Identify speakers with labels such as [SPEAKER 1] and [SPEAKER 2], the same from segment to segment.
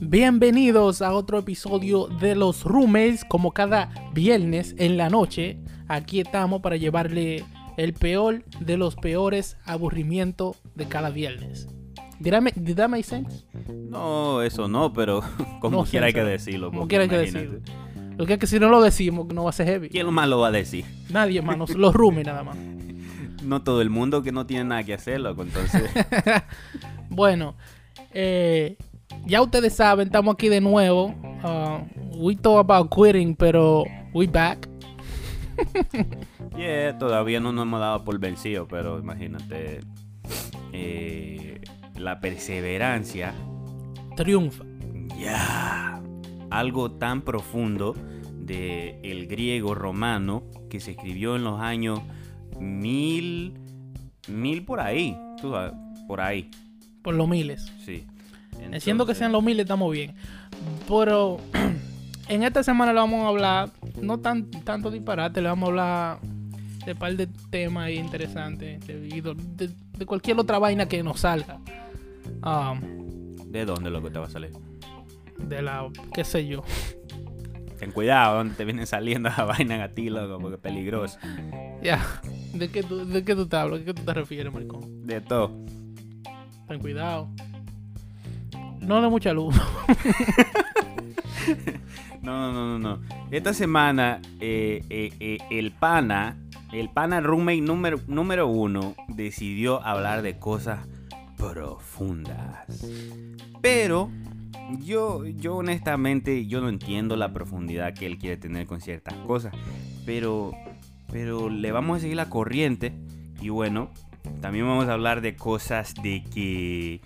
[SPEAKER 1] Bienvenidos a otro episodio de Los Roommates, como cada viernes en la noche. Aquí estamos para llevarle el peor de los peores aburrimientos de cada viernes. Did I ma- did that make sense?
[SPEAKER 2] No, eso no, pero como
[SPEAKER 1] No,
[SPEAKER 2] quiera hay que
[SPEAKER 1] censura.
[SPEAKER 2] decirlo.
[SPEAKER 1] Como
[SPEAKER 2] porque
[SPEAKER 1] quiera hay que
[SPEAKER 2] imagínate.
[SPEAKER 1] decirlo. Lo que es que si no lo decimos, no va a ser heavy.
[SPEAKER 2] ¿Quién más lo va a decir?
[SPEAKER 1] Nadie, hermanos. Los roommates nada más.
[SPEAKER 2] No todo el mundo que no tiene nada que hacer, loco. Entonces,
[SPEAKER 1] Bueno, eh, ya ustedes saben, estamos aquí de nuevo. Uh, we talk about quitting, pero we back.
[SPEAKER 2] yeah, todavía no nos hemos dado por vencido, pero imagínate. eh, la perseverancia.
[SPEAKER 1] Triunfa.
[SPEAKER 2] Ya. Algo tan profundo de el griego romano que se escribió en los años mil. mil por ahí. Tú sabes, por ahí.
[SPEAKER 1] Por los miles.
[SPEAKER 2] Sí.
[SPEAKER 1] Siendo que
[SPEAKER 2] Entonces-
[SPEAKER 1] sean los miles, estamos bien. Pero en esta semana le vamos a hablar, no tan tanto disparate, le vamos a hablar de un par de temas ahí interesantes, de, vida, de- de cualquier otra vaina que nos salga. Ah,
[SPEAKER 2] ¿De dónde lo que te va a salir?
[SPEAKER 1] de la, qué sé yo.
[SPEAKER 2] Ten cuidado, donde te vienen saliendo la vaina a ti, loco, porque es peligroso.
[SPEAKER 1] Ya, ¿De, qué tú, ¿de qué tú te hablas? ¿De qué tú te refieres, maricón?
[SPEAKER 2] De todo.
[SPEAKER 1] Ten cuidado. No de mucha luz.
[SPEAKER 2] No, no, no, no. no. Esta semana, eh, eh, eh, el pana, el pana roommate número, número uno, decidió hablar de cosas profundas. Pero yo, yo honestamente, yo no entiendo la profundidad que él quiere tener con ciertas cosas. Pero, pero le vamos a seguir la corriente. Y bueno, también vamos a hablar de cosas de que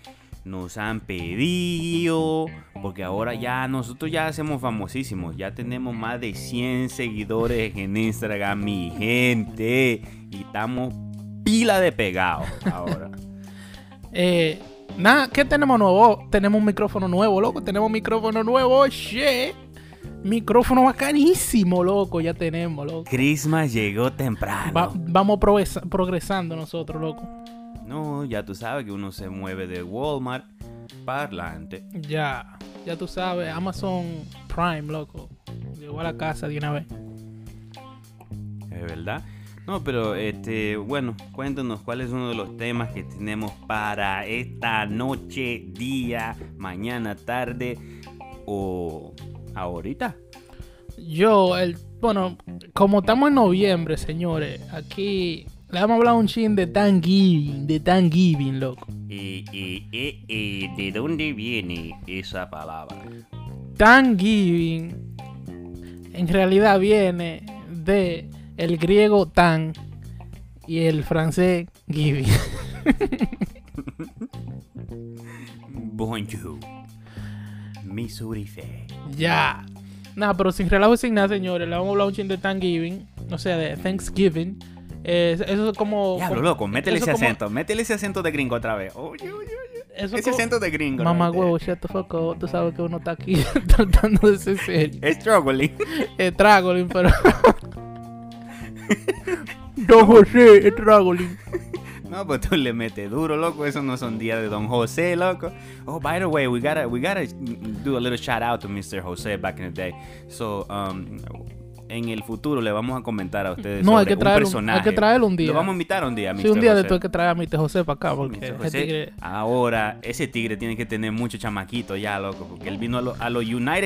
[SPEAKER 2] nos han pedido, porque ahora ya nosotros ya hacemos famosísimos, ya tenemos más de 100 seguidores en Instagram, mi gente, y estamos pila de pegados ahora.
[SPEAKER 1] Eh, Nada, ¿qué tenemos nuevo? Tenemos un micrófono nuevo, loco. Tenemos un micrófono nuevo, shit. Micrófono bacanísimo, loco. Ya tenemos, loco.
[SPEAKER 2] Christmas llegó
[SPEAKER 1] Va-
[SPEAKER 2] temprano.
[SPEAKER 1] vamos progresa- progresando nosotros, loco.
[SPEAKER 2] No, ya tú sabes que uno se mueve de Walmart para adelante.
[SPEAKER 1] Ya, ya tú sabes, Amazon Prime, loco. Llegó a la casa de una vez.
[SPEAKER 2] Es verdad. No, pero este, bueno, cuéntanos cuál es uno de los temas que tenemos para esta noche, día, mañana, tarde o ahorita.
[SPEAKER 1] Yo, el, bueno, como estamos en noviembre, señores, aquí le vamos a hablar un chin de Thanksgiving, de Thanksgiving, loco.
[SPEAKER 2] Y, y, y, y, ¿de dónde viene esa palabra?
[SPEAKER 1] Thanksgiving en realidad viene de el griego tan y el francés giving.
[SPEAKER 2] Bonjour. Missouri Fe.
[SPEAKER 1] ya. Nada, pero sin relajo y sin nada, señores, le vamos a hablar un chin de Thanksgiving, o sea, de Thanksgiving. Eh, eso es como...
[SPEAKER 2] Diablo,
[SPEAKER 1] como-
[SPEAKER 2] loco, métele
[SPEAKER 1] oh, eso
[SPEAKER 2] ese
[SPEAKER 1] como-
[SPEAKER 2] acento, métele ese acento de gringo otra vez. Oye, oye,
[SPEAKER 1] Eso
[SPEAKER 2] ese
[SPEAKER 1] como-
[SPEAKER 2] acento eh. de gringo.
[SPEAKER 1] Mamá
[SPEAKER 2] ¿no?
[SPEAKER 1] huevo, shut the fuck up. Tú sabes que uno está aquí tratando de ser serio.
[SPEAKER 2] Struggling.
[SPEAKER 1] Es Tragolin, pero... Don José, es Tragolin.
[SPEAKER 2] No, pues tú le metes duro, loco. Esos no son días de Don José, loco. Oh, by the way, we gotta, we gotta do a little shout out to Mr. José back in the day. So, um, en el futuro le vamos a comentar a ustedes
[SPEAKER 1] No, hay
[SPEAKER 2] sobre
[SPEAKER 1] que traerlo-
[SPEAKER 2] un
[SPEAKER 1] hay
[SPEAKER 2] personaje.
[SPEAKER 1] que traerlo un día.
[SPEAKER 2] Lo vamos a invitar un día,
[SPEAKER 1] Sí,
[SPEAKER 2] Mr.
[SPEAKER 1] un día
[SPEAKER 2] José.
[SPEAKER 1] de tú hay que traer a Mr. José para acá, porque
[SPEAKER 2] Mr.
[SPEAKER 1] ese
[SPEAKER 2] José,
[SPEAKER 1] tigre-
[SPEAKER 2] ahora ese tigre tiene que tener mucho chamaquito ya, loco, porque él vino a los a los United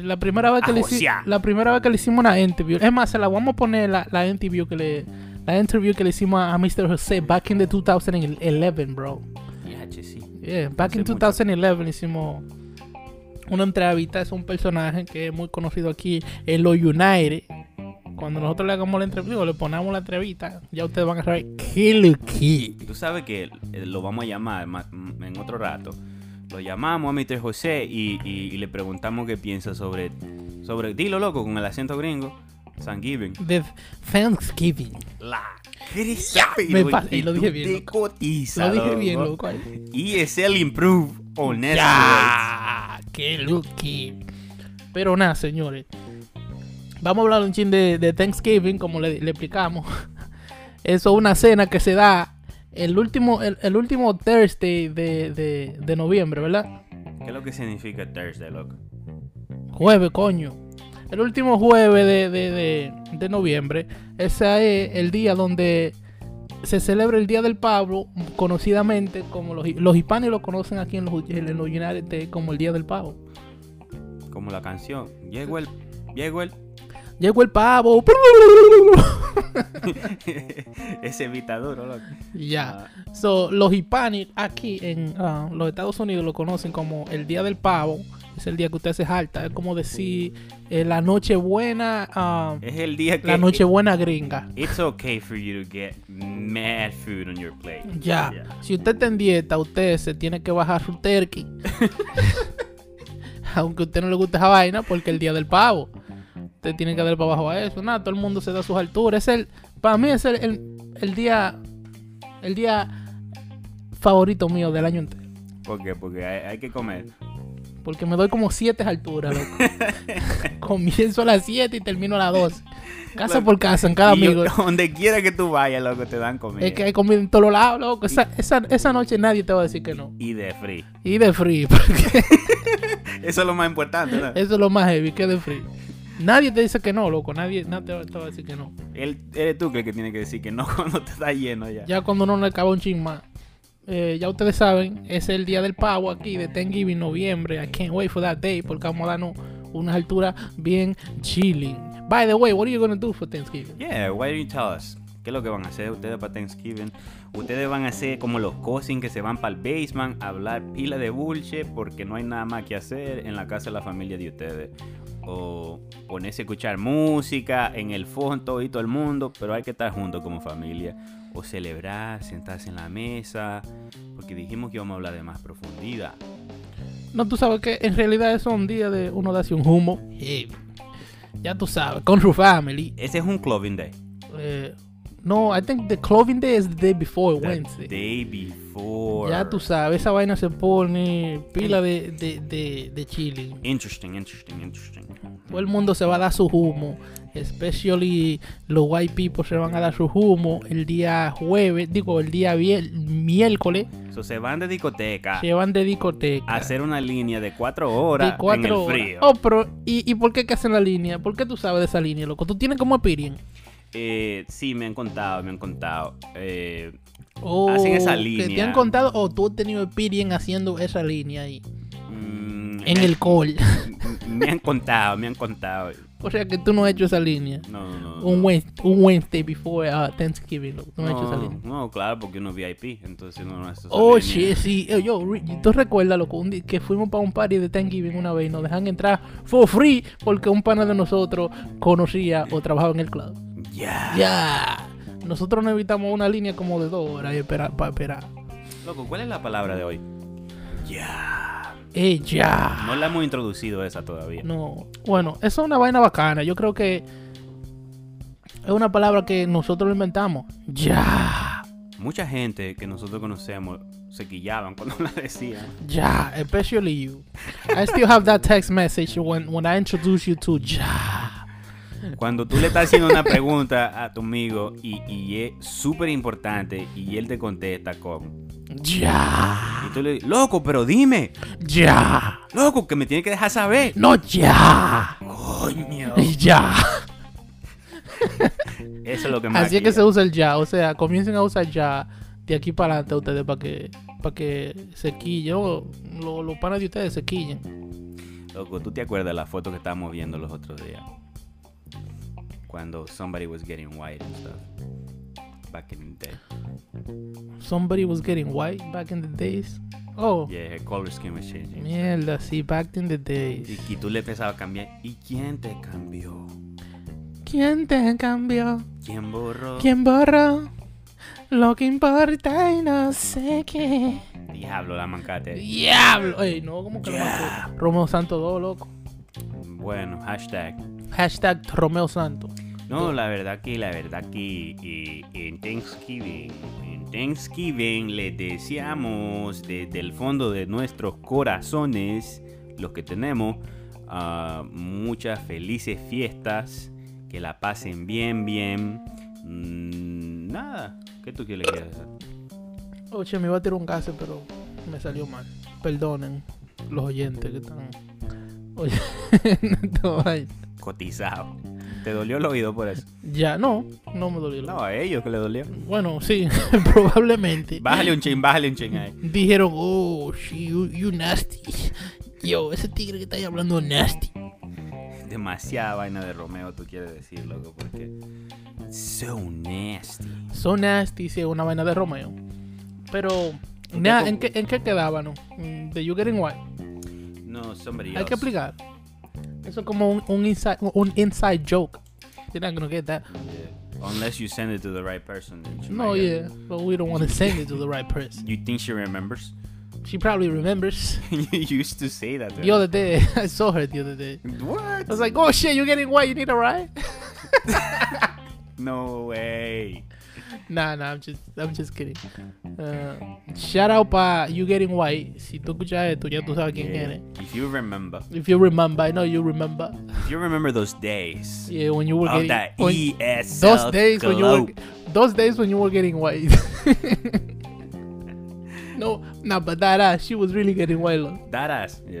[SPEAKER 1] Sí, la primera vez que le
[SPEAKER 2] Ah, o
[SPEAKER 1] hicimos,
[SPEAKER 2] sea.
[SPEAKER 1] la primera vez que le hicimos una interview. Es más, se la vamos a poner la, la interview que le la interview que le hicimos a, a Mr. José back in the 2011, bro.
[SPEAKER 2] Y H, sí.
[SPEAKER 1] Yeah, back in
[SPEAKER 2] Hace mucho.
[SPEAKER 1] 2011 hicimos una entrevista es un personaje que es muy conocido aquí en los United. Cuando nosotros le hagamos la entrevista, o le ponemos la entrevista, ya ustedes van a saber qué lo que.
[SPEAKER 2] Tú sabes que eh, lo vamos a llamar ma- m- en otro rato. Lo llamamos a Mr. José y, y- y le preguntamos qué piensa sobre, sobre, dilo loco, con el acento gringo, Thanksgiving.
[SPEAKER 1] De Thanksgiving.
[SPEAKER 2] La crista,
[SPEAKER 1] me
[SPEAKER 2] pero
[SPEAKER 1] pasa, y
[SPEAKER 2] que
[SPEAKER 1] lo dije
[SPEAKER 2] tú
[SPEAKER 1] bien,
[SPEAKER 2] te
[SPEAKER 1] loco.
[SPEAKER 2] cotiza,
[SPEAKER 1] Lo dije bien,
[SPEAKER 2] loco.
[SPEAKER 1] loco. ahí.
[SPEAKER 2] ESL Improve on Netflix.
[SPEAKER 1] Ya, qué lucky. Pero nada, señores. Vamos a hablar un chin de, de Thanksgiving, como le, le explicamos. Eso es una cena que se da el último, el, el último Thursday de, de, de noviembre, ¿verdad?
[SPEAKER 2] ¿Qué es lo que significa Thursday, loco?
[SPEAKER 1] Jueves, coño. El último jueves de, de, de, de noviembre, ese es el día donde se celebra el Día del Pavo, conocidamente como los, los hispanos lo conocen aquí en los, en los United States como el Día del Pavo.
[SPEAKER 2] Como la canción. Llegó el. Llegó el.
[SPEAKER 1] Llegó el pavo.
[SPEAKER 2] Ese Ah, beat duro, loco.
[SPEAKER 1] Ya. Ah. So, los hispanic aquí en ah, los Estados Unidos lo conocen como el Día del Pavo. Es el día que usted se jalta. Es como decir eh, la Nochebuena. ah,
[SPEAKER 2] Es el día que.
[SPEAKER 1] la Nochebuena gringa.
[SPEAKER 2] It's okay for you to get mad food on your plate.
[SPEAKER 1] Ya.
[SPEAKER 2] Yeah.
[SPEAKER 1] Si usted está en dieta, usted se tiene que bajar su turkey. Aunque a usted no le guste esa vaina, porque el día del pavo. Usted tiene que dar para abajo a eso. Nada, todo el mundo se da sus alturas. Es el, para mí es el, el- el día. El día favorito mío del año entero.
[SPEAKER 2] ¿Por qué? Porque hay, hay que comer.
[SPEAKER 1] Porque me doy como siete alturas, loco. Comienzo a las 7 y termino a las 12. Casa por casa, en cada
[SPEAKER 2] Y yo-
[SPEAKER 1] amigo.
[SPEAKER 2] donde quiera que tú vayas, loco, te dan comida.
[SPEAKER 1] Es que hay comida en todos lados, loco. Esa, esa, esa noche nadie te va a decir que no.
[SPEAKER 2] Y de free.
[SPEAKER 1] Y de free, porque
[SPEAKER 2] Eso es lo más importante, ¿no?
[SPEAKER 1] Eso es lo más heavy, que de free. Nadie te dice que no, loco. Nadie, nadie te, va- te va a decir que no.
[SPEAKER 2] Él, eres tú que el que tiene que decir que no cuando te está lleno ya.
[SPEAKER 1] Ya cuando uno le acaba un chin más. Eh, ya ustedes saben, es el día del pavo aquí de Thanksgiving, noviembre. I can't wait for that day porque vamos a darnos unas alturas bien chilling. By the way, what are you gonna do for Thanksgiving?
[SPEAKER 2] Yeah, why don't you tell us? ¿Qué es lo que van a hacer ustedes para Thanksgiving? Ustedes van a hacer como los cousins que se van para el basement a hablar pila de bullshit porque no hay nada más que hacer en la casa de la familia de ustedes. O ponerse a escuchar música en el fondo y todo el mundo, pero hay que estar juntos como familia. O celebrar, sentarse en la mesa, porque dijimos que íbamos a hablar de más profundidad.
[SPEAKER 1] No, tú sabes que en realidad eso es un día de uno darse un humo. heavy. Ya tú sabes, con su family.
[SPEAKER 2] Ese es un clubbing day.
[SPEAKER 1] Eh, no, I think the clothing day is the day before
[SPEAKER 2] The
[SPEAKER 1] Wednesday.
[SPEAKER 2] day before.
[SPEAKER 1] Ya tú sabes, esa vaina se pone pila de, de, de, de chili.
[SPEAKER 2] Interesting, interesting, interesting.
[SPEAKER 1] Todo el mundo se va a dar su humo. Especially los white people se van a dar su humo el día jueves, digo el día vier- miércoles.
[SPEAKER 2] So, se van de discoteca
[SPEAKER 1] Se van de
[SPEAKER 2] Ah. a
[SPEAKER 1] discoteca.
[SPEAKER 2] hacer una línea de cuatro
[SPEAKER 1] de
[SPEAKER 2] horas
[SPEAKER 1] cuatro
[SPEAKER 2] en el
[SPEAKER 1] horas.
[SPEAKER 2] frío.
[SPEAKER 1] Oh, pero ¿y, ¿y por qué que hacen la línea? ¿Por qué tú sabes de esa línea, loco? ¿Tú tienes como experience?
[SPEAKER 2] Eh, sí, me han contado, me han contado. Eh,
[SPEAKER 1] Oh,
[SPEAKER 2] Hacen esa
[SPEAKER 1] ¿Que te
[SPEAKER 2] línea.
[SPEAKER 1] han contado o tú has tenido experience haciendo esa línea ahí?
[SPEAKER 2] mm,
[SPEAKER 1] En el call.
[SPEAKER 2] Me han contado, me han contado.
[SPEAKER 1] o sea que tú no has hecho esa línea.
[SPEAKER 2] No, no, no.
[SPEAKER 1] un Wednesday, un Wednesday before uh, Thanksgiving. loco. No, me ha hecho
[SPEAKER 2] no,
[SPEAKER 1] esa línea.
[SPEAKER 2] no, claro, porque uno es VIP, entonces uno no hace esa
[SPEAKER 1] Oh,
[SPEAKER 2] línea.
[SPEAKER 1] shit, sí. Eh, Yo, Ri- tú recuerdas, loco, un di- que fuimos para un party de Thanksgiving una vez y nos dejan entrar for free porque un pana de nosotros conocía o trabajaba en el club.
[SPEAKER 2] Ya.
[SPEAKER 1] Ya. Nosotros nos evitamos una línea como de dos horas y esperar, para esperar.
[SPEAKER 2] Loco, ¿cuál es la palabra de hoy? Ya.
[SPEAKER 1] Eh, ya.
[SPEAKER 2] No la hemos introducido esa todavía.
[SPEAKER 1] No. Bueno, eso es una vaina bacana. Yo creo que es una palabra que nosotros lo inventamos. Ya.
[SPEAKER 2] Mucha gente que nosotros conocemos se quillaban cuando la decían.
[SPEAKER 1] Ja, especially you. I still have that text message when when I introduce you to Ja.
[SPEAKER 2] Cuando tú le estás haciendo una pregunta a tu amigo y, y es súper importante y él te contesta con...
[SPEAKER 1] Ja.
[SPEAKER 2] Y tú le dices, loco, pero dime,
[SPEAKER 1] Ja.
[SPEAKER 2] loco, que me tiene que dejar saber.
[SPEAKER 1] No Ja.
[SPEAKER 2] Coño.
[SPEAKER 1] Ja.
[SPEAKER 2] Eso es lo que más...
[SPEAKER 1] Así es que se
[SPEAKER 2] quilla.
[SPEAKER 1] usa el ja, o sea, comiencen a usar ja de aquí para adelante ustedes para que para que se quillen, o lo- los panas de ustedes se quillen.
[SPEAKER 2] Loco, ¿tú te acuerdas de la foto que estábamos viendo los otros días? Cuando somebody was getting white and stuff. Back in the day.
[SPEAKER 1] Somebody was getting white back in the days. Oh,
[SPEAKER 2] Yeah, her color scheme was changing.
[SPEAKER 1] mierda, sí, back in the days.
[SPEAKER 2] Y, y tú le empezabas a cambiar. ¿Y quién te cambió?
[SPEAKER 1] ¿Quién te cambió?
[SPEAKER 2] ¿Quién borró?
[SPEAKER 1] ¿Quién borró lo que importa y no sé qué?
[SPEAKER 2] Diablo, la mancate.
[SPEAKER 1] ¡Diablo! Ey, no, como que lo mató? Romeo Santo 2, loco.
[SPEAKER 2] Bueno, hashtag.
[SPEAKER 1] Hashtag Romeo Santo.
[SPEAKER 2] No, la verdad que, la verdad que eh, en Thanksgiving, en Thanksgiving les deseamos desde el fondo de nuestros corazones, los que tenemos, ah, muchas felices fiestas, que la pasen bien, bien. Mm, nada, ¿qué tú quieres que haga?
[SPEAKER 1] Oye, me iba a tirar un gas, pero me salió mal. Perdonen los oyentes que están oyendo. Ay,
[SPEAKER 2] Cotizado. ¿Te dolió el oído por eso?
[SPEAKER 1] ya, no, no me dolió.
[SPEAKER 2] No, a ellos que le dolió.
[SPEAKER 1] Bueno, sí, probablemente.
[SPEAKER 2] Bájale un chin, bájale un chin ahí.
[SPEAKER 1] Dijeron, oh, she, you, you nasty. Yo, ese tigre que está ahí hablando nasty.
[SPEAKER 2] Demasiada vaina de Romeo, tú quieres decir, loco, porque. So nasty.
[SPEAKER 1] So nasty, sí, una vaina de Romeo. Pero, nada, ¿en qué, ¿en qué quedábamos? Mm, De You Getting White.
[SPEAKER 2] No, somebody
[SPEAKER 1] Hay que
[SPEAKER 2] else.
[SPEAKER 1] explicar. Eso es como un, un, inside, un inside joke. You're not gonna get that.
[SPEAKER 2] Yeah. Unless you send it to the right person. then she
[SPEAKER 1] No,
[SPEAKER 2] might get
[SPEAKER 1] yeah, but we don't want to send it to the right person.
[SPEAKER 2] it. You think she remembers?
[SPEAKER 1] She probably remembers.
[SPEAKER 2] you used to say that. to
[SPEAKER 1] The
[SPEAKER 2] her.
[SPEAKER 1] other day, I saw her the other day.
[SPEAKER 2] What?
[SPEAKER 1] I was like, oh shit, you're getting white, you need a ride?
[SPEAKER 2] No way.
[SPEAKER 1] nah, nah, I'm just, I'm just kidding. Uh, shout out pa You Getting White. Si tú escuchas esto, ya tú sabes quién
[SPEAKER 2] Yeah.
[SPEAKER 1] eres.
[SPEAKER 2] If you remember,
[SPEAKER 1] If you remember, I know you remember.
[SPEAKER 2] if you remember those days
[SPEAKER 1] Yeah, when you were
[SPEAKER 2] of
[SPEAKER 1] getting
[SPEAKER 2] that
[SPEAKER 1] when- those
[SPEAKER 2] ESL
[SPEAKER 1] days when you were
[SPEAKER 2] globe.
[SPEAKER 1] those days when you were getting white. no, nah, but that ass, she was really getting white. Look.
[SPEAKER 2] that ass, yeah,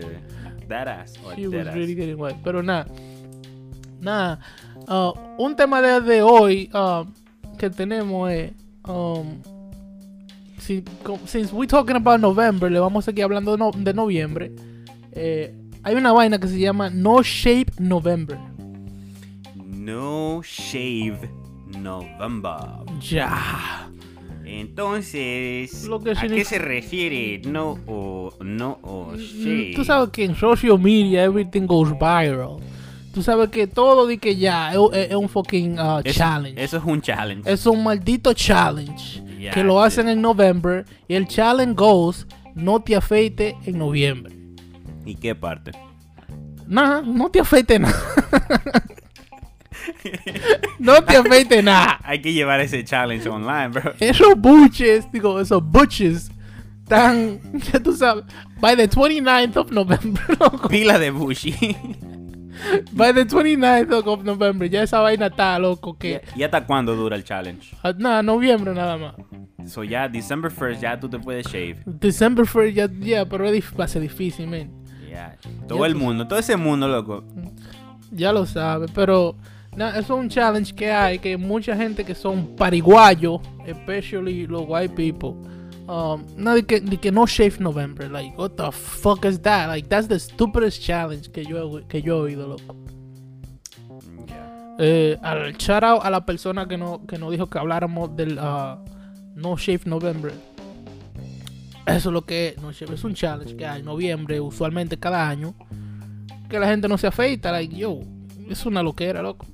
[SPEAKER 2] that ass, or
[SPEAKER 1] She was
[SPEAKER 2] that ass.
[SPEAKER 1] really getting white. Pero nada, nada. ah, un tema de, de hoy ah, que tenemos es. um, si- co- since we talking about November, le vamos a seguir hablando de, no- de noviembre. eh, hay una vaina que se llama No Shape November.
[SPEAKER 2] No shave November.
[SPEAKER 1] Ya.
[SPEAKER 2] Entonces,
[SPEAKER 1] Lo que
[SPEAKER 2] ¿a qué
[SPEAKER 1] significa- Mm,
[SPEAKER 2] se refiere no o no o shave?
[SPEAKER 1] Tú sabes que en social media everything goes viral. Tú sabes que todo di que ya es, es- es un fucking ah,
[SPEAKER 2] Eso-
[SPEAKER 1] challenge.
[SPEAKER 2] Eso es un challenge.
[SPEAKER 1] Es un maldito challenge
[SPEAKER 2] Ya,
[SPEAKER 1] que lo
[SPEAKER 2] sí.
[SPEAKER 1] hacen en noviembre y el challenge goes no te afeite en noviembre.
[SPEAKER 2] ¿Y qué parte?
[SPEAKER 1] Nada, no te afeite nada. no te afeite nada.
[SPEAKER 2] Ah, Hay que llevar ese challenge online, bro.
[SPEAKER 1] Esos buches, digo, esos buches tan, ya tú sabes, by the 29th of November, loco,
[SPEAKER 2] Pila de bushy.
[SPEAKER 1] by the 29th of November, ya esa vaina está, loco, que...
[SPEAKER 2] ¿Y hasta cuándo dura el challenge?
[SPEAKER 1] ah, Nada, noviembre nada más.
[SPEAKER 2] So ya December 1st ya tú te puedes shave.
[SPEAKER 1] December 1st, ya, ya, pero es dif- va a ser difícil, man.
[SPEAKER 2] Ya. Todo
[SPEAKER 1] Ya
[SPEAKER 2] el
[SPEAKER 1] tú-
[SPEAKER 2] mundo, todo ese mundo, loco.
[SPEAKER 1] Ya lo sabe, pero na- eso es un challenge que hay, que mucha gente que son pariguayos, especially los white people, um, no, de que, de que no shave November, like, what the fuck is that? Like, that's the stupidest challenge que yo, he oí- que yo he oído, loco.
[SPEAKER 2] Ya.
[SPEAKER 1] Eh, al shout out a la persona que no, que no dijo que habláramos del ah, No Shave November. Eso es lo que es, No Shave. Es un challenge que hay en noviembre, usualmente cada año. Que la gente no se afeita, like yo. Es una loquera, loco.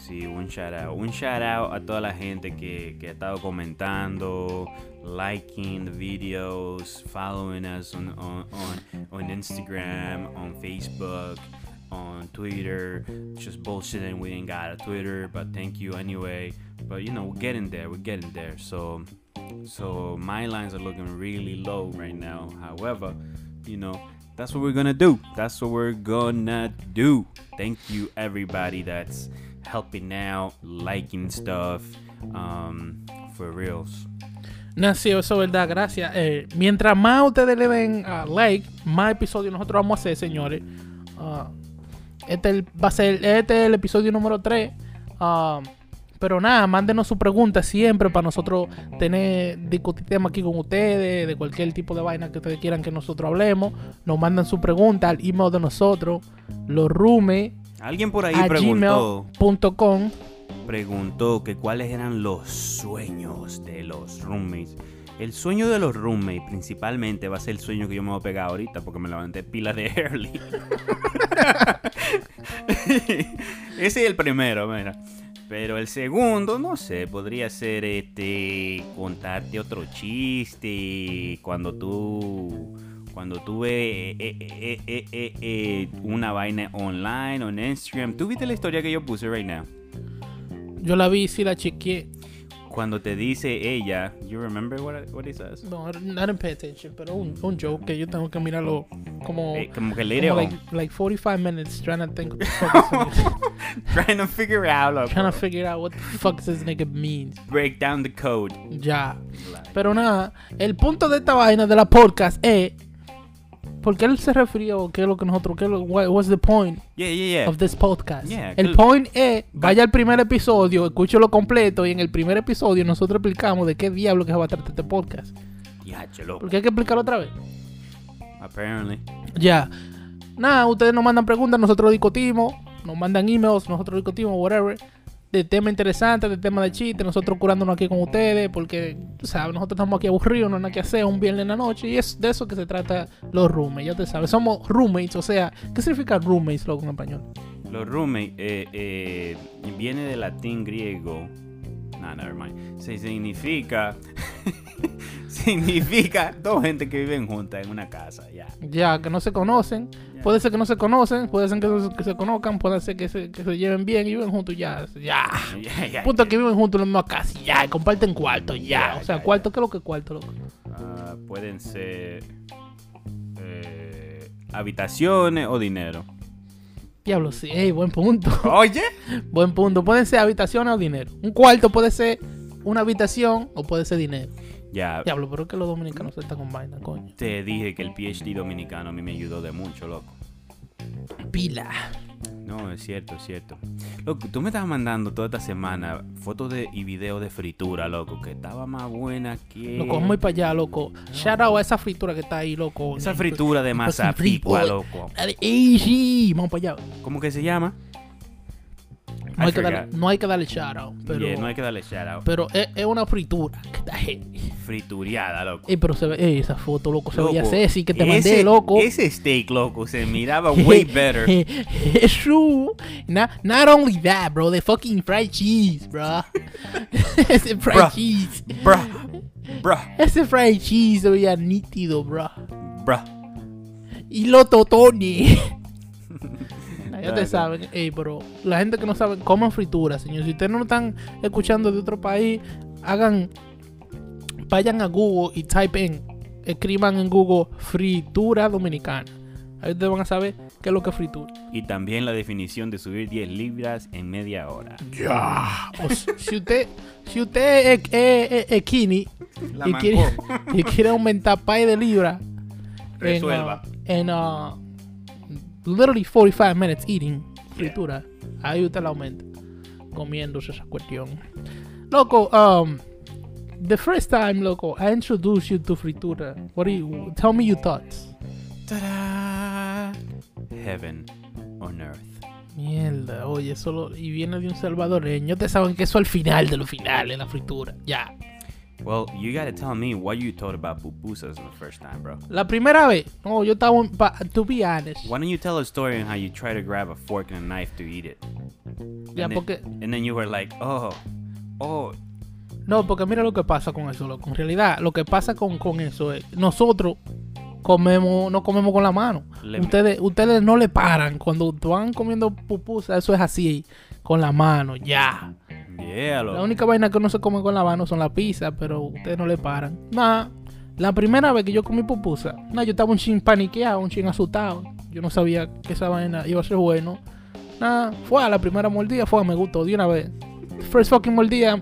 [SPEAKER 2] Sí, un shout out. Un shout out a toda la gente que, que ha estado comentando, liking the videos, following us on, on, on, on Instagram, on Facebook, on Twitter. Just bullshitting, we didn't got a Twitter, but thank you anyway. But you know, we're getting there, we're getting there. So, so my lines are looking really low right now. However, you know, that's what we're gonna do. That's what we're gonna do. Thank you, everybody that's helping out, liking stuff, um, for reals.
[SPEAKER 1] Nació, eso es verdad, gracias. Eh, mientras más ustedes le den a like, más episodios nosotros vamos a hacer, señores. Ah, este el- va a ser este es el episodio número 3. pero nada, mándenos sus preguntas siempre para nosotros tener, discutir temas aquí con ustedes, de cualquier tipo de vaina que ustedes quieran que nosotros hablemos. Nos mandan su pregunta al email de nosotros, losrume.com.
[SPEAKER 2] Alguien por ahí preguntó, preguntó que cuáles eran los sueños de los roommates. El sueño de los roommates principalmente va a ser el sueño que yo me voy a pegar ahorita porque me levanté pila de early. Ese es el primero, mira. Pero el segundo, no sé, podría ser este contarte otro chiste cuando tú eh, cuando tuve eh, una vaina online o en Instagram. ¿Tú viste la historia que yo puse right now?
[SPEAKER 1] Yo la vi, sí la chequeé.
[SPEAKER 2] cuando te dice ella, you remember what, I- what he says?
[SPEAKER 1] No, I didn't pay attention, pero un, un joke que yo tengo que mirarlo como,
[SPEAKER 2] Eh, como que later
[SPEAKER 1] como
[SPEAKER 2] on,
[SPEAKER 1] like, like 45 minutes trying to think what the fuck is
[SPEAKER 2] trying to figure out, like,
[SPEAKER 1] trying to figure out what the fuck this nigga means.
[SPEAKER 2] break down the code.
[SPEAKER 1] Ya. Pero nada, el punto de esta vaina de la podcast es ¿Por qué él se refirió? ¿Qué es lo que nosotros? ¿Qué es lo, what- what's the point
[SPEAKER 2] Yeah, yeah,
[SPEAKER 1] of this podcast?
[SPEAKER 2] Yeah,
[SPEAKER 1] el
[SPEAKER 2] que-
[SPEAKER 1] point es, vaya al primer episodio, escúchelo completo y en el primer episodio nosotros explicamos de qué diablo que se va a tratar este podcast.
[SPEAKER 2] yeah. Ya, chelo.
[SPEAKER 1] Porque hay que explicarlo otra vez.
[SPEAKER 2] Apparently.
[SPEAKER 1] Ya. Nada, ustedes nos mandan preguntas, nosotros discutimos. Nos mandan emails, nosotros discutimos, whatever. De tema interesante, de tema de chiste, nosotros curándonos aquí con ustedes, porque, tú sabes, nosotros estamos aquí aburridos, no hay nada que hacer un viernes en la noche, y es de eso que se trata los roommates, ya te sabes. Somos roommates, o sea, ¿qué significa roommates, loco, en español?
[SPEAKER 2] Los roommates eh, eh, viene del latín griego. Nah, never mind. Se significa. significa dos gente que viven juntas en una casa, ya.
[SPEAKER 1] Ya, que no se conocen,
[SPEAKER 2] Ya.
[SPEAKER 1] puede ser que no se conocen, puede ser que, no se- que se conozcan, puede ser que se, que se lleven bien y viven juntos, ya, ya.
[SPEAKER 2] Ya, ya,
[SPEAKER 1] Punto
[SPEAKER 2] ya.
[SPEAKER 1] que viven juntos en la misma casa, ya, y comparten cuarto, ya.
[SPEAKER 2] Ya,
[SPEAKER 1] o sea,
[SPEAKER 2] ya,
[SPEAKER 1] cuarto, ¿qué es lo que es cuarto, loco?
[SPEAKER 2] Ah, pueden ser. eh, habitaciones o dinero.
[SPEAKER 1] Diablo, sí, ey, buen punto.
[SPEAKER 2] Oye.
[SPEAKER 1] Buen punto. Pueden ser habitaciones o dinero. Un cuarto puede ser una habitación o puede ser dinero.
[SPEAKER 2] Ya.
[SPEAKER 1] Diablo, pero es que los dominicanos se están con vaina, coño.
[SPEAKER 2] Te dije que el PhD dominicano a mí me ayudó de mucho, loco.
[SPEAKER 1] Pila.
[SPEAKER 2] No, es cierto, es cierto. Loco, tú me estabas mandando toda esta semana fotos de, y videos de fritura, loco, que estaba más buena que...
[SPEAKER 1] Loco, vamos muy para allá, loco. Shout out a esa fritura que está ahí, loco.
[SPEAKER 2] Esa fritura de masa
[SPEAKER 1] fritura.
[SPEAKER 2] picua, loco.
[SPEAKER 1] La de- ey, sí, vamos para allá.
[SPEAKER 2] ¿Cómo que se llama?
[SPEAKER 1] No hay,
[SPEAKER 2] I
[SPEAKER 1] que darle,
[SPEAKER 2] forgot.
[SPEAKER 1] no hay que darle shout out, pero,
[SPEAKER 2] Yeah, no hay que darle shout out.
[SPEAKER 1] pero es, es una fritura que está heavy.
[SPEAKER 2] Frituriada, loco.
[SPEAKER 1] Ey, pero se ve, ey, esa foto, loco, se
[SPEAKER 2] Loco,
[SPEAKER 1] veía sexy que te mandé,
[SPEAKER 2] ese-
[SPEAKER 1] loco.
[SPEAKER 2] Ese steak, loco, se miraba way better.
[SPEAKER 1] It's true. Not, not only that, bro. The fucking fried cheese, bro. Ese fried
[SPEAKER 2] Bruh.
[SPEAKER 1] cheese.
[SPEAKER 2] Bruh, bruh,
[SPEAKER 1] Ese fried cheese se veía nítido, bro.
[SPEAKER 2] bruh.
[SPEAKER 1] Y los totones. ya te
[SPEAKER 2] Claro.
[SPEAKER 1] saben, ey, bro. La gente que no sabe, coman fritura, señor. Si ustedes no están escuchando de otro país, hagan. Vayan a Google y type en. Escriban en Google fritura dominicana. Ahí ustedes van a saber qué es lo que es fritura.
[SPEAKER 2] Y también la definición de subir 10 libras en media hora.
[SPEAKER 1] Ya. O si si usted, si usted es, es- es- es skinny
[SPEAKER 2] La
[SPEAKER 1] y quiere, y quiere aumentar par de libras,
[SPEAKER 2] eh, Resuelva.
[SPEAKER 1] En, uh, en, uh, literally 45 minutes eating fritura, ahí usted la aumenta comiéndose esa cuestión. Loco, um, the first time, loco, I introduced you to fritura. What do you tell me your thoughts?
[SPEAKER 2] Ta-da. Heaven on earth.
[SPEAKER 1] Mierda, oye, solo y viene de un salvadoreño. Te saben que eso al final de los finales, la fritura. Ya.
[SPEAKER 2] Well, you gotta tell me what you thought about pupusas the first time, bro.
[SPEAKER 1] La primera vez, no, yo estaba, en- pa- to be honest,
[SPEAKER 2] Why don't you tell a story on how you try to grab a fork and a knife to eat it?
[SPEAKER 1] ya
[SPEAKER 2] and,
[SPEAKER 1] porque,
[SPEAKER 2] then, and then you were like, oh, oh,
[SPEAKER 1] no, porque mira lo que pasa con eso, loco. En realidad, lo que pasa con, con eso es, nosotros comemos, no comemos con la mano.
[SPEAKER 2] Le-
[SPEAKER 1] ustedes, ustedes no le paran, cuando van comiendo pupusa, eso es así, con la mano,
[SPEAKER 2] Ah,
[SPEAKER 1] ya. La
[SPEAKER 2] yeah, loco.
[SPEAKER 1] única vaina que no se come con la mano son las pizzas, pero ustedes no le paran. Nah, la primera vez que yo comí pupusa, nah, yo estaba un chin paniqueado, un chin asustado. Yo no sabía que esa vaina iba a ser bueno. Nah, fue a la primera mordida, fue, me gustó, de una vez. First fucking mordida,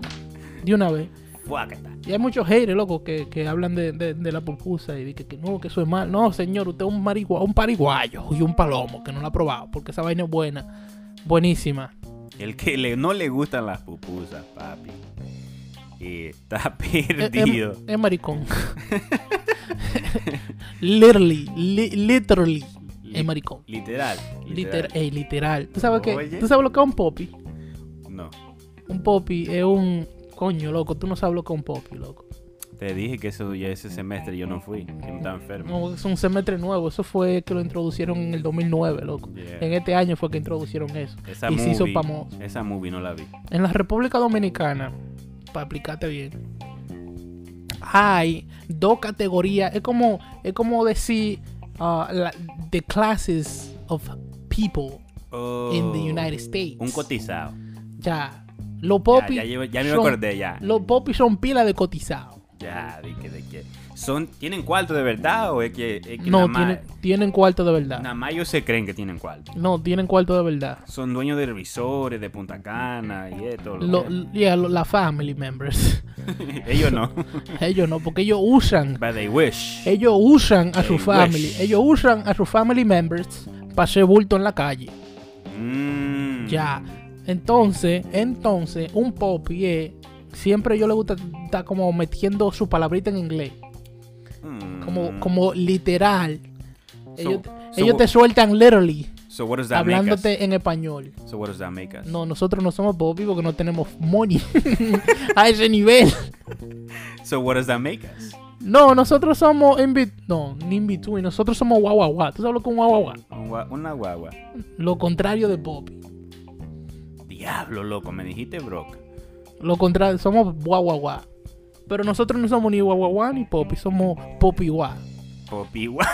[SPEAKER 1] de una vez.
[SPEAKER 2] Fuacata.
[SPEAKER 1] Y hay muchos haters, loco, que, que hablan de, de- de la pupusa y dicen que, que no, que eso es mal. No, señor, usted es un, marigua, un pariguayo y un palomo que no la ha probado, porque esa vaina es buena, buenísima.
[SPEAKER 2] El que le, no le gustan las pupusas, papi.
[SPEAKER 1] Eh,
[SPEAKER 2] eh, Está
[SPEAKER 1] Es-
[SPEAKER 2] perdido.
[SPEAKER 1] Es es maricón. literally, li- literally,
[SPEAKER 2] Li-
[SPEAKER 1] es maricón.
[SPEAKER 2] literal.
[SPEAKER 1] Liter,
[SPEAKER 2] Literal.
[SPEAKER 1] ey, literal. ¿Tú sabes, qué?
[SPEAKER 2] Oye.
[SPEAKER 1] ¿Tú sabes lo que es un popi?
[SPEAKER 2] No.
[SPEAKER 1] Un popi es un... Coño, loco, tú no sabes lo que es un popi, loco.
[SPEAKER 2] Te dije que eso ya ese semestre yo no fui. Yo no estaba enfermo.
[SPEAKER 1] No, es un semestre nuevo. Eso fue que lo introducieron en el 2009, loco.
[SPEAKER 2] Yeah.
[SPEAKER 1] En este año fue que introducieron eso.
[SPEAKER 2] Esa
[SPEAKER 1] y se hizo
[SPEAKER 2] movie-
[SPEAKER 1] famoso.
[SPEAKER 2] Esa movie no la vi.
[SPEAKER 1] En la República Dominicana, para aplicarte bien, hay dos categorías. Es como, es como decir ah, la- the classes of people in the
[SPEAKER 2] Oh.
[SPEAKER 1] United States.
[SPEAKER 2] Un cotizado.
[SPEAKER 1] Ya. Los popis.
[SPEAKER 2] Ya, ya, llevo- ya me
[SPEAKER 1] son-
[SPEAKER 2] acordé, ya.
[SPEAKER 1] Los popis son pila de cotizados.
[SPEAKER 2] Ya, de que, de que. Son, ¿Tienen cuarto de verdad o es que, es que
[SPEAKER 1] No,
[SPEAKER 2] nada más-
[SPEAKER 1] tienen, tienen cuarto de verdad.
[SPEAKER 2] nada más ellos se creen que tienen cuarto?
[SPEAKER 1] No, tienen cuarto de verdad.
[SPEAKER 2] Son dueños de revisores, de Punta Cana y esto. lo
[SPEAKER 1] Lo-
[SPEAKER 2] que-
[SPEAKER 1] yeah, lo- la family members.
[SPEAKER 2] ellos no.
[SPEAKER 1] ellos no, porque ellos usan.
[SPEAKER 2] But they wish.
[SPEAKER 1] Ellos usan a su
[SPEAKER 2] They
[SPEAKER 1] family.
[SPEAKER 2] wish.
[SPEAKER 1] Ellos usan a sus family members para hacer bulto en la calle.
[SPEAKER 2] Mm.
[SPEAKER 1] Ya. Entonces, entonces, un popi es. Siempre yo le gusta estar como metiendo su palabrita en inglés.
[SPEAKER 2] Mm.
[SPEAKER 1] Como, como literal. Ellos,
[SPEAKER 2] so
[SPEAKER 1] ellos te
[SPEAKER 2] what-
[SPEAKER 1] sueltan literally
[SPEAKER 2] So what does that make us?
[SPEAKER 1] hablándote en español.
[SPEAKER 2] So what does that make us?
[SPEAKER 1] No, nosotros no somos popis porque no tenemos money a ese nivel.
[SPEAKER 2] So what does that make us?
[SPEAKER 1] No, nosotros somos in bet- no, ni in between, nosotros somos guaguaguá. ¿Tú sabes lo que es un guaguaguá?
[SPEAKER 2] Un gua- Una guagua.
[SPEAKER 1] Lo contrario de popi.
[SPEAKER 2] Diablo, loco, me dijiste Brock.
[SPEAKER 1] Lo contrario, somos guaguaguá. Pero nosotros no somos ni guaguaguá ni popi, somos popiwá.
[SPEAKER 2] Popiwa.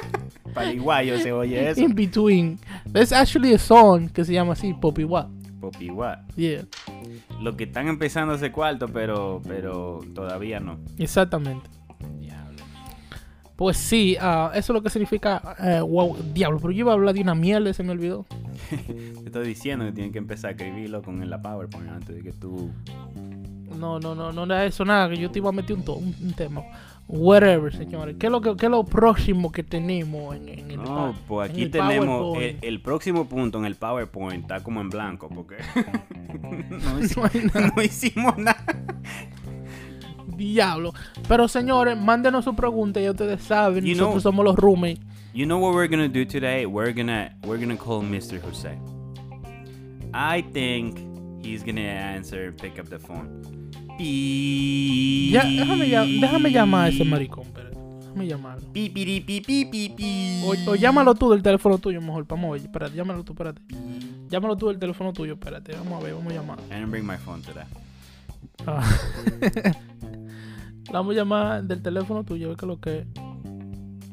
[SPEAKER 2] Paliguayo se oye eso.
[SPEAKER 1] In between. There's actually a song que se llama así, popiwá.
[SPEAKER 2] Popiwa.
[SPEAKER 1] Yeah,
[SPEAKER 2] Los que están empezando ese cuarto, pero, pero todavía no.
[SPEAKER 1] exactamente.
[SPEAKER 2] Diablo.
[SPEAKER 1] Pues sí, ah, eso es lo que significa eh, guau- diablo. Pero yo iba a hablar de una mierda, y se me olvidó.
[SPEAKER 2] Te estoy diciendo que tienen que empezar a escribirlo con la PowerPoint antes de que tú.
[SPEAKER 1] No, no, no, no era eso, nada, que yo te iba a meter un, to- un, un tema. Whatever, señores. ¿Qué es lo, que, qué es lo próximo que tenemos en, en el
[SPEAKER 2] No,
[SPEAKER 1] pa-
[SPEAKER 2] pues
[SPEAKER 1] en
[SPEAKER 2] aquí
[SPEAKER 1] el
[SPEAKER 2] tenemos. eh, El,
[SPEAKER 1] PowerPoint?
[SPEAKER 2] el próximo punto en el PowerPoint está como en blanco, porque. no, hici-
[SPEAKER 1] No hay nada.
[SPEAKER 2] no hicimos nada.
[SPEAKER 1] Diablo. Pero, señores, mándenos su pregunta, ya ustedes saben,
[SPEAKER 2] You
[SPEAKER 1] nosotros
[SPEAKER 2] know-
[SPEAKER 1] somos los roommates.
[SPEAKER 2] You know what we're gonna do today? We're gonna we're gonna call Mr. Jose. I think he's gonna answer and pick up the phone. Pi-
[SPEAKER 1] Ya, déjame, ya- déjame llamar a ese maricón, pero déjame llamarlo.
[SPEAKER 2] Pi, pi, pi, pi, pi, pi, pi.
[SPEAKER 1] O, o llámalo tú del teléfono tuyo, mejor. Vamos a ver, espérate, llámalo tú, espérate. Llámalo tú del teléfono tuyo, espérate. Vamos a ver, vamos a llamar.
[SPEAKER 2] I didn't bring my phone today.
[SPEAKER 1] Ah. La vamos a llamar del teléfono tuyo, a ver qué es lo que. es.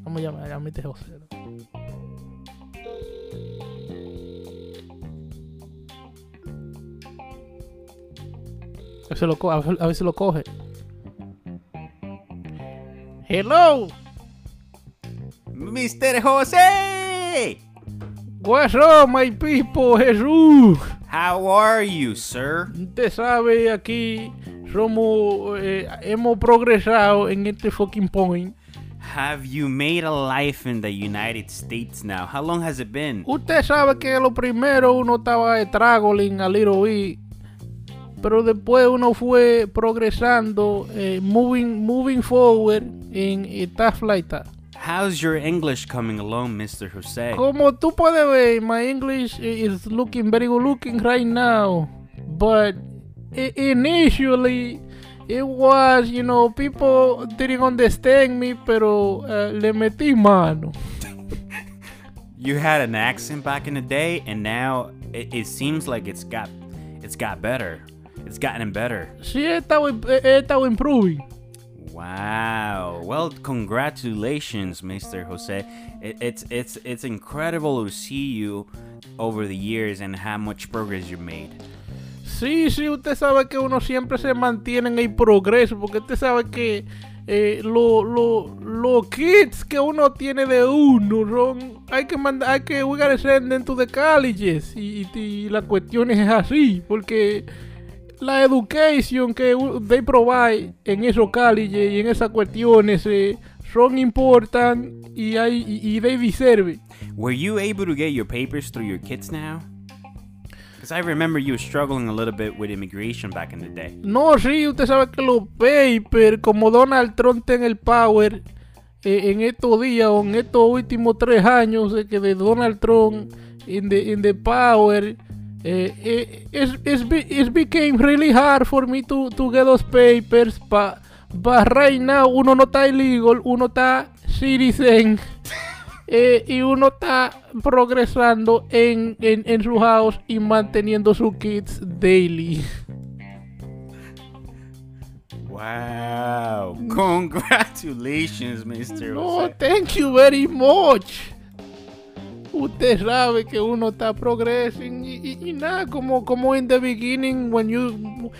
[SPEAKER 1] Vamos a llamar, a mi José. A ver, si lo co- a ver- a ver si lo coge. Hello,
[SPEAKER 2] Mr. Jose!
[SPEAKER 1] what's up, my people, Jesús.
[SPEAKER 2] How are you, sir?
[SPEAKER 1] Usted sabe, aquí somos, eh, hemos progresado en este fucking point.
[SPEAKER 2] Have you made a life in the United States now? How long has it been?
[SPEAKER 1] Usted sabe que lo primero uno estaba de traveling a Little Big, pero después uno fue progresando, eh, moving, moving forward en esta like that.
[SPEAKER 2] How's your English coming along, Mr. Jose?
[SPEAKER 1] Como tú puedes ver, my English is looking very good looking right now, but i- initially it was, you know, people didn't understand me, pero eh, le metí mano.
[SPEAKER 2] You had an accent back in the day, and now it, it seems like it's got it's got better. It's gotten better.
[SPEAKER 1] Sí, he estado, he estado improving.
[SPEAKER 2] Wow. Well, congratulations, Mr. Jose. It, it's it's it's incredible to see you over the years and how much progress you made.
[SPEAKER 1] Sí, sí, usted sabe que uno siempre se mantiene en el progreso, porque usted sabe que eh, lo- lo- los kits que uno tiene de uno, son- hay que mandar, hay que we gotta send them to the colleges, y, y- y la cuestión es así, porque la education que u- they provide en esos colleges y en esas cuestiones eh, son importantes y, hay, y, y they deserve.
[SPEAKER 2] Were you able to get your papers through your kids now? Because I remember you were struggling a little bit with immigration back in the day.
[SPEAKER 1] No, sí, usted sabe que los papers, como Donald Trump está en el power, eh, en estos días o en estos últimos tres años eh, que de Donald Trump in the, in the power, eh, eh, it's, it's be- it's became really hard for me to, to get those papers. Pa, but right now uno no está illegal, uno está citizen. eh, y uno está progresando en, en, en su house y manteniendo sus kids daily.
[SPEAKER 2] Wow. Congratulations, Mr.
[SPEAKER 1] No,
[SPEAKER 2] Jose.
[SPEAKER 1] thank you very much. usted sabe que uno está progressing y, y- y nada, como, como in the beginning, when you.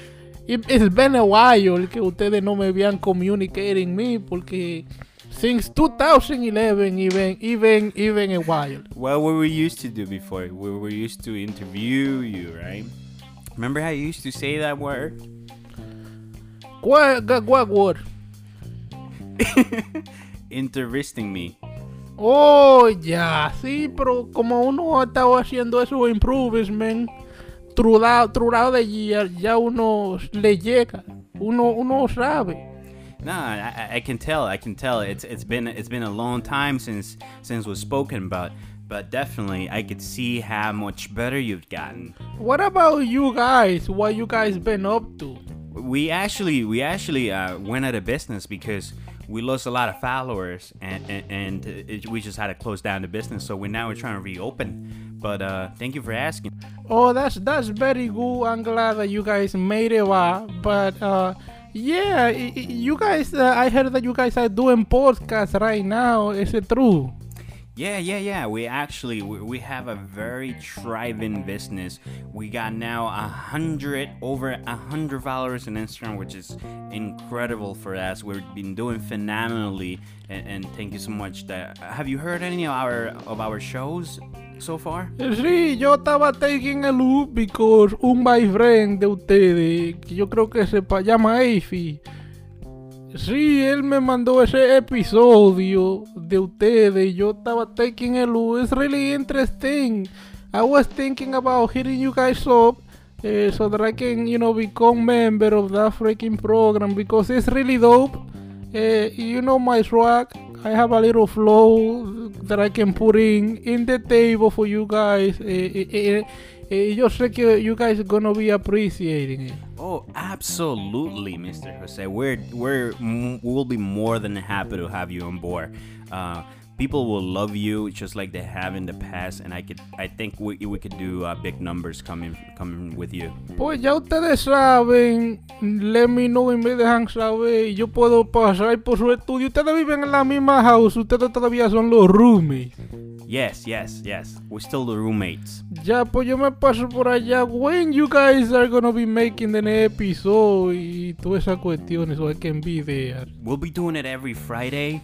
[SPEAKER 1] it- it's been a while que ustedes no me vean communicating me porque. Since 2011, even, even, even a while.
[SPEAKER 2] What were we used to do before? We were used to interview you, right? Remember how you used to say that word?
[SPEAKER 1] What, what, what word?
[SPEAKER 2] Interesting me.
[SPEAKER 1] Oh, ya, sí, pero como uno ha estado haciendo esos improvements throughout, throughout the year, ya uno le llega, uno, uno sabe.
[SPEAKER 2] No, I, I- I can tell. I can tell. It's it's been it's been a long time since since was spoken about, but definitely I could see how much better you've gotten.
[SPEAKER 1] What about you guys? What you guys been up to?
[SPEAKER 2] We actually we actually uh, went out of business because we lost a lot of followers and and, and it, we just had to close down the business. So we now we're trying to reopen. But uh, thank you for asking.
[SPEAKER 1] Oh, that's that's very good. I'm glad that you guys made it, uh, but uh, yeah, y- y- you guys, uh, I heard that you guys are doing podcasts right now. Is it true?
[SPEAKER 2] Yeah, yeah, yeah. We actually we, we have a very thriving business. We got now a hundred over a hundred followers on Instagram, which is incredible for us. We've been doing phenomenally, and, and thank you so much. That have you heard any of our of our shows so far?
[SPEAKER 1] Sí, yo estaba taking a look because un my friend de ustedes, que yo creo que se pa- llama Afi. Sí, él me mandó ese episodio de ustedes. y Yo estaba taking a look. It's really interesting. I was thinking about hitting you guys up eh, so that I can, you know, become member of that freaking program because it's really dope. Eh, you know my swag. I have a little flow that I can put in in the table for you guys. Eh, eh, eh, eh, yo sé que you guys gonna be appreciating it.
[SPEAKER 2] Oh, absolutely, Mr. Jose. We're we're m- we'll be more than happy to have you on board. Uh, people will love you just like they have in the past, and I could I think we, we could do uh, big numbers coming coming with you.
[SPEAKER 1] Pues ya ustedes saben, let me know y me dejan saber. y Yo puedo pasar por su estudio. Ustedes viven en la misma house, ustedes todavía son los roomies.
[SPEAKER 2] Yes, yes, yes. We're still the roommates.
[SPEAKER 1] Ya, pues yo me paso por allá. When you guys are gonna be making the next episode y todas esas cuestiones, so I can be there.
[SPEAKER 2] We'll be doing it every Friday,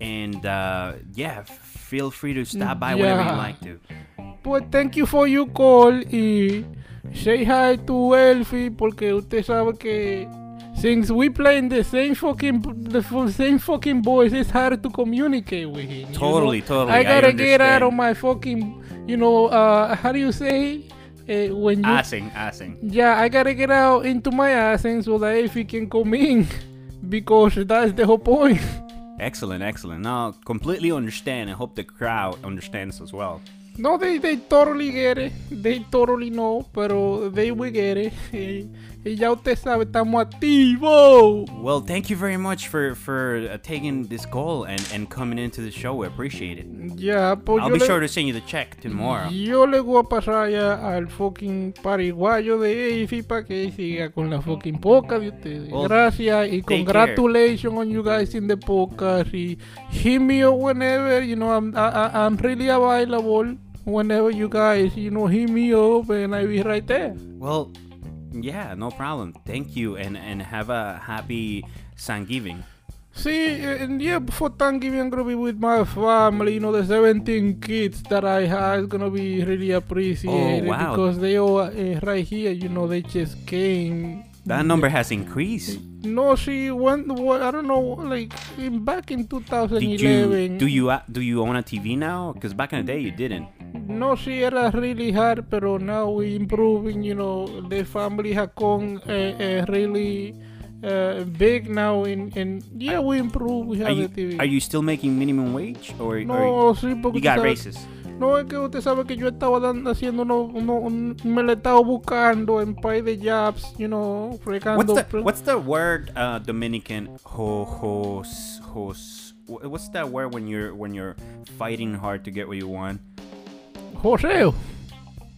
[SPEAKER 2] and uh, yeah, feel free to stop by whenever you
[SPEAKER 1] Yeah.
[SPEAKER 2] like to.
[SPEAKER 1] Pues thank you for your call y say hi to Elfie porque usted sabe que since we playing the same fucking the fu- same fucking voice it's hard to communicate with him. you know?
[SPEAKER 2] Totally, totally, I
[SPEAKER 1] I gotta get out
[SPEAKER 2] understand.
[SPEAKER 1] of my fucking you know uh how do you say uh, when you
[SPEAKER 2] Asing, asing.
[SPEAKER 1] yeah, I gotta get out into my ass and so that Elfie can come in because that's the whole point.
[SPEAKER 2] Excellent, excellent. No, completely understand. I hope the crowd understands as well.
[SPEAKER 1] No, they, they totally get it. They totally know, pero they will get it. Y, y ya usted sabe, estamos activos.
[SPEAKER 2] Well, thank you very much for for uh, taking this call and and coming into the show. We appreciate it.
[SPEAKER 1] Ya, pues
[SPEAKER 2] I'll
[SPEAKER 1] yo
[SPEAKER 2] be
[SPEAKER 1] le,
[SPEAKER 2] sure to send you the check tomorrow.
[SPEAKER 1] yo le voy a pasar ya al fucking pariguayo de AFI para que siga con la fucking poca de ustedes.
[SPEAKER 2] Well,
[SPEAKER 1] Gracias y
[SPEAKER 2] take care.
[SPEAKER 1] congratulations on you guys in the podcast. Y hit me up whenever, you know, I'm, I, I- I'm really available. Whenever you guys, you know, hit me up and I'll be right there.
[SPEAKER 2] Well, yeah, no problem. Thank you, and and have a happy Thanksgiving.
[SPEAKER 1] See, and yeah, before Thanksgiving, I'm gonna be with my family. You know, the 17 kids that I have is gonna be really appreciated
[SPEAKER 2] Oh, wow.
[SPEAKER 1] because they all uh, right here. You know, they just came.
[SPEAKER 2] That number has increased.
[SPEAKER 1] No, she went. What, I don't know. Like in, back in
[SPEAKER 2] Did you
[SPEAKER 1] 2011.
[SPEAKER 2] do you uh, do you own a TV now? Because back in the day you didn't.
[SPEAKER 1] No, she era really hard, pero now we improving. You know, the family has come uh, uh, really uh, big now, and and yeah, we improve. We
[SPEAKER 2] Are
[SPEAKER 1] have
[SPEAKER 2] you
[SPEAKER 1] the TV.
[SPEAKER 2] are you still making minimum wage or, or
[SPEAKER 1] no, sí, porque
[SPEAKER 2] you
[SPEAKER 1] tú
[SPEAKER 2] got
[SPEAKER 1] sabes-
[SPEAKER 2] raises?
[SPEAKER 1] No, es que usted sabe que yo estaba dando, haciendo uno, uno- un- me le estaba buscando en pay de jobs, you know,
[SPEAKER 2] What's
[SPEAKER 1] fregando.
[SPEAKER 2] the
[SPEAKER 1] pre-
[SPEAKER 2] what's the word uh, Dominican ho hos hos wh- what's that word when you're when you're fighting hard to get what you want?
[SPEAKER 1] Joseo.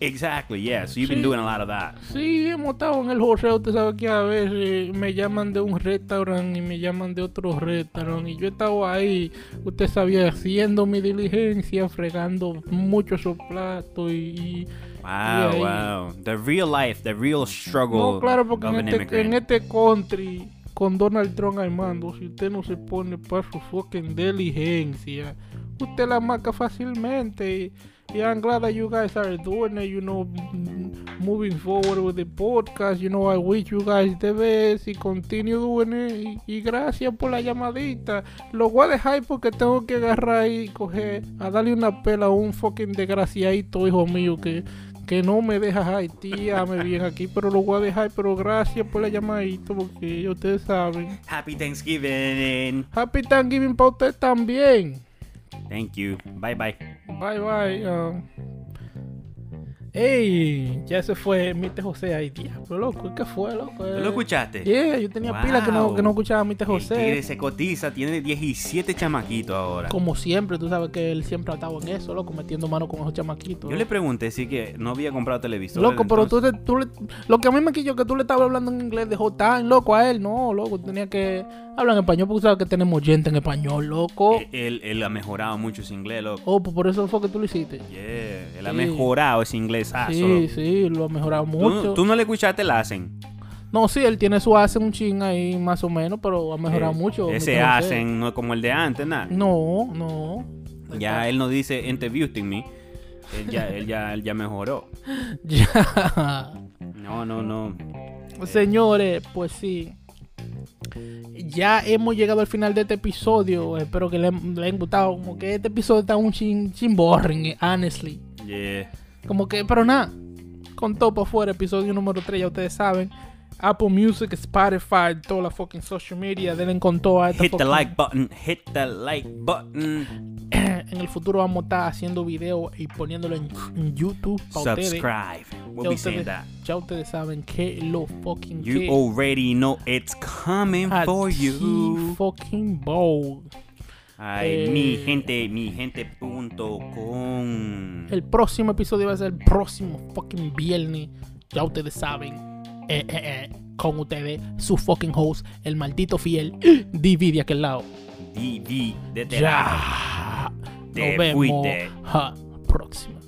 [SPEAKER 2] Exactly, yeah. So you've been
[SPEAKER 1] Sí.
[SPEAKER 2] doing a lot of that.
[SPEAKER 1] Sí, hemos estado en el jorreo, usted sabe que a veces me llaman de un restaurante y me llaman de otro restaurante y yo estaba ahí, usted sabía, haciendo mi diligencia, fregando mucho esos platos y... y-
[SPEAKER 2] Wow,
[SPEAKER 1] ahí-
[SPEAKER 2] wow. The real life, the real struggle
[SPEAKER 1] No, claro, porque
[SPEAKER 2] of
[SPEAKER 1] en
[SPEAKER 2] an
[SPEAKER 1] este,
[SPEAKER 2] immigrant.
[SPEAKER 1] en este country, con Donald Trump al mando, si usted no se pone para su fucking diligencia, usted la marca fácilmente. Y I'm glad that you guys are doing it, you know, m- moving forward with the podcast. You know, I wish you guys the best y continue doing it. Y, y gracias por la llamadita. Lo voy a dejar porque tengo que agarrar y coger a darle una pela a un fucking desgraciadito, hijo mío, que, que no me deja haitiarme bien aquí. Pero lo voy a dejar, pero gracias por la llamadita porque ustedes saben.
[SPEAKER 2] Happy Thanksgiving.
[SPEAKER 1] Happy Thanksgiving para usted también.
[SPEAKER 2] Thank you. Bye bye.
[SPEAKER 1] Bye bye. ah. Ey, ya se fue Mite José ahí, diablo, loco. ¿Qué fue, loco?
[SPEAKER 2] ¿Tú
[SPEAKER 1] Eh,
[SPEAKER 2] lo escuchaste?
[SPEAKER 1] Yeah, yo tenía pila que no,
[SPEAKER 2] Wow.
[SPEAKER 1] que no escuchaba a Mite
[SPEAKER 2] El tigre
[SPEAKER 1] José.
[SPEAKER 2] se cotiza, tiene 17 chamaquitos ahora.
[SPEAKER 1] Como siempre, tú sabes que él siempre ha estado en eso, loco, metiendo mano con esos chamaquitos.
[SPEAKER 2] Yo le pregunté si que no había comprado televisor.
[SPEAKER 1] Loco, pero
[SPEAKER 2] entonces-
[SPEAKER 1] tú, te- tú le- lo que a mí me quillo que tú le estabas hablando en inglés de Jotan, loco, a él, no, loco, tenía que hablar en español porque tú sabes que tenemos gente en español, loco.
[SPEAKER 2] Él, él ha mejorado mucho su inglés, loco.
[SPEAKER 1] Oh, pues por eso fue que tú lo hiciste.
[SPEAKER 2] Yeah, él ha
[SPEAKER 1] Sí.
[SPEAKER 2] mejorado ese inglés. Ah,
[SPEAKER 1] Sí, sí, lo ha mejorado mucho.
[SPEAKER 2] ¿Tú, tú no le escuchaste el hacen.
[SPEAKER 1] No, sí, él tiene su hacen un ching ahí más o menos, pero ha mejorado
[SPEAKER 2] Eh,
[SPEAKER 1] mucho.
[SPEAKER 2] Ese
[SPEAKER 1] Mr. José.
[SPEAKER 2] hacen no es como el de antes, nada.
[SPEAKER 1] No, no.
[SPEAKER 2] Ya eh. él no dice interviewing me. Él ya, él ya, él ya mejoró.
[SPEAKER 1] Ya.
[SPEAKER 2] No, no, no.
[SPEAKER 1] Eh, Señores, pues sí. Ya hemos llegado al final de este episodio. Espero que le, le hayan gustado. Como que este episodio está un chin, chin boring, eh, honestly.
[SPEAKER 2] Yeah.
[SPEAKER 1] Como que, pero nada. Con todo para afuera, episodio número 3, ya ustedes saben. Apple Music, Spotify, toda la fucking social media. Denle con todo a esta
[SPEAKER 2] Hit the
[SPEAKER 1] fucking-
[SPEAKER 2] like button, hit the like button.
[SPEAKER 1] en el futuro vamos a estar haciendo videos y poniéndolo en, en YouTube para ustedes.
[SPEAKER 2] Subscribe.
[SPEAKER 1] Ya
[SPEAKER 2] We'll be saying
[SPEAKER 1] ustedes,
[SPEAKER 2] that.
[SPEAKER 1] ya ustedes saben que lo fucking
[SPEAKER 2] You
[SPEAKER 1] que
[SPEAKER 2] already know it's coming
[SPEAKER 1] a
[SPEAKER 2] for
[SPEAKER 1] ti
[SPEAKER 2] you.
[SPEAKER 1] fucking bold.
[SPEAKER 2] Ay,
[SPEAKER 1] Eh.
[SPEAKER 2] mi gente, mi gente punto com.
[SPEAKER 1] El próximo episodio va a ser el próximo fucking viernes. Ya ustedes saben. Eh, eh, eh, con ustedes, su fucking host, el maldito fiel, Divi de aquel lado.
[SPEAKER 2] DD de te lado.
[SPEAKER 1] Ya. Nos
[SPEAKER 2] Te
[SPEAKER 1] vemos.
[SPEAKER 2] fuiste.
[SPEAKER 1] Ja, próxima.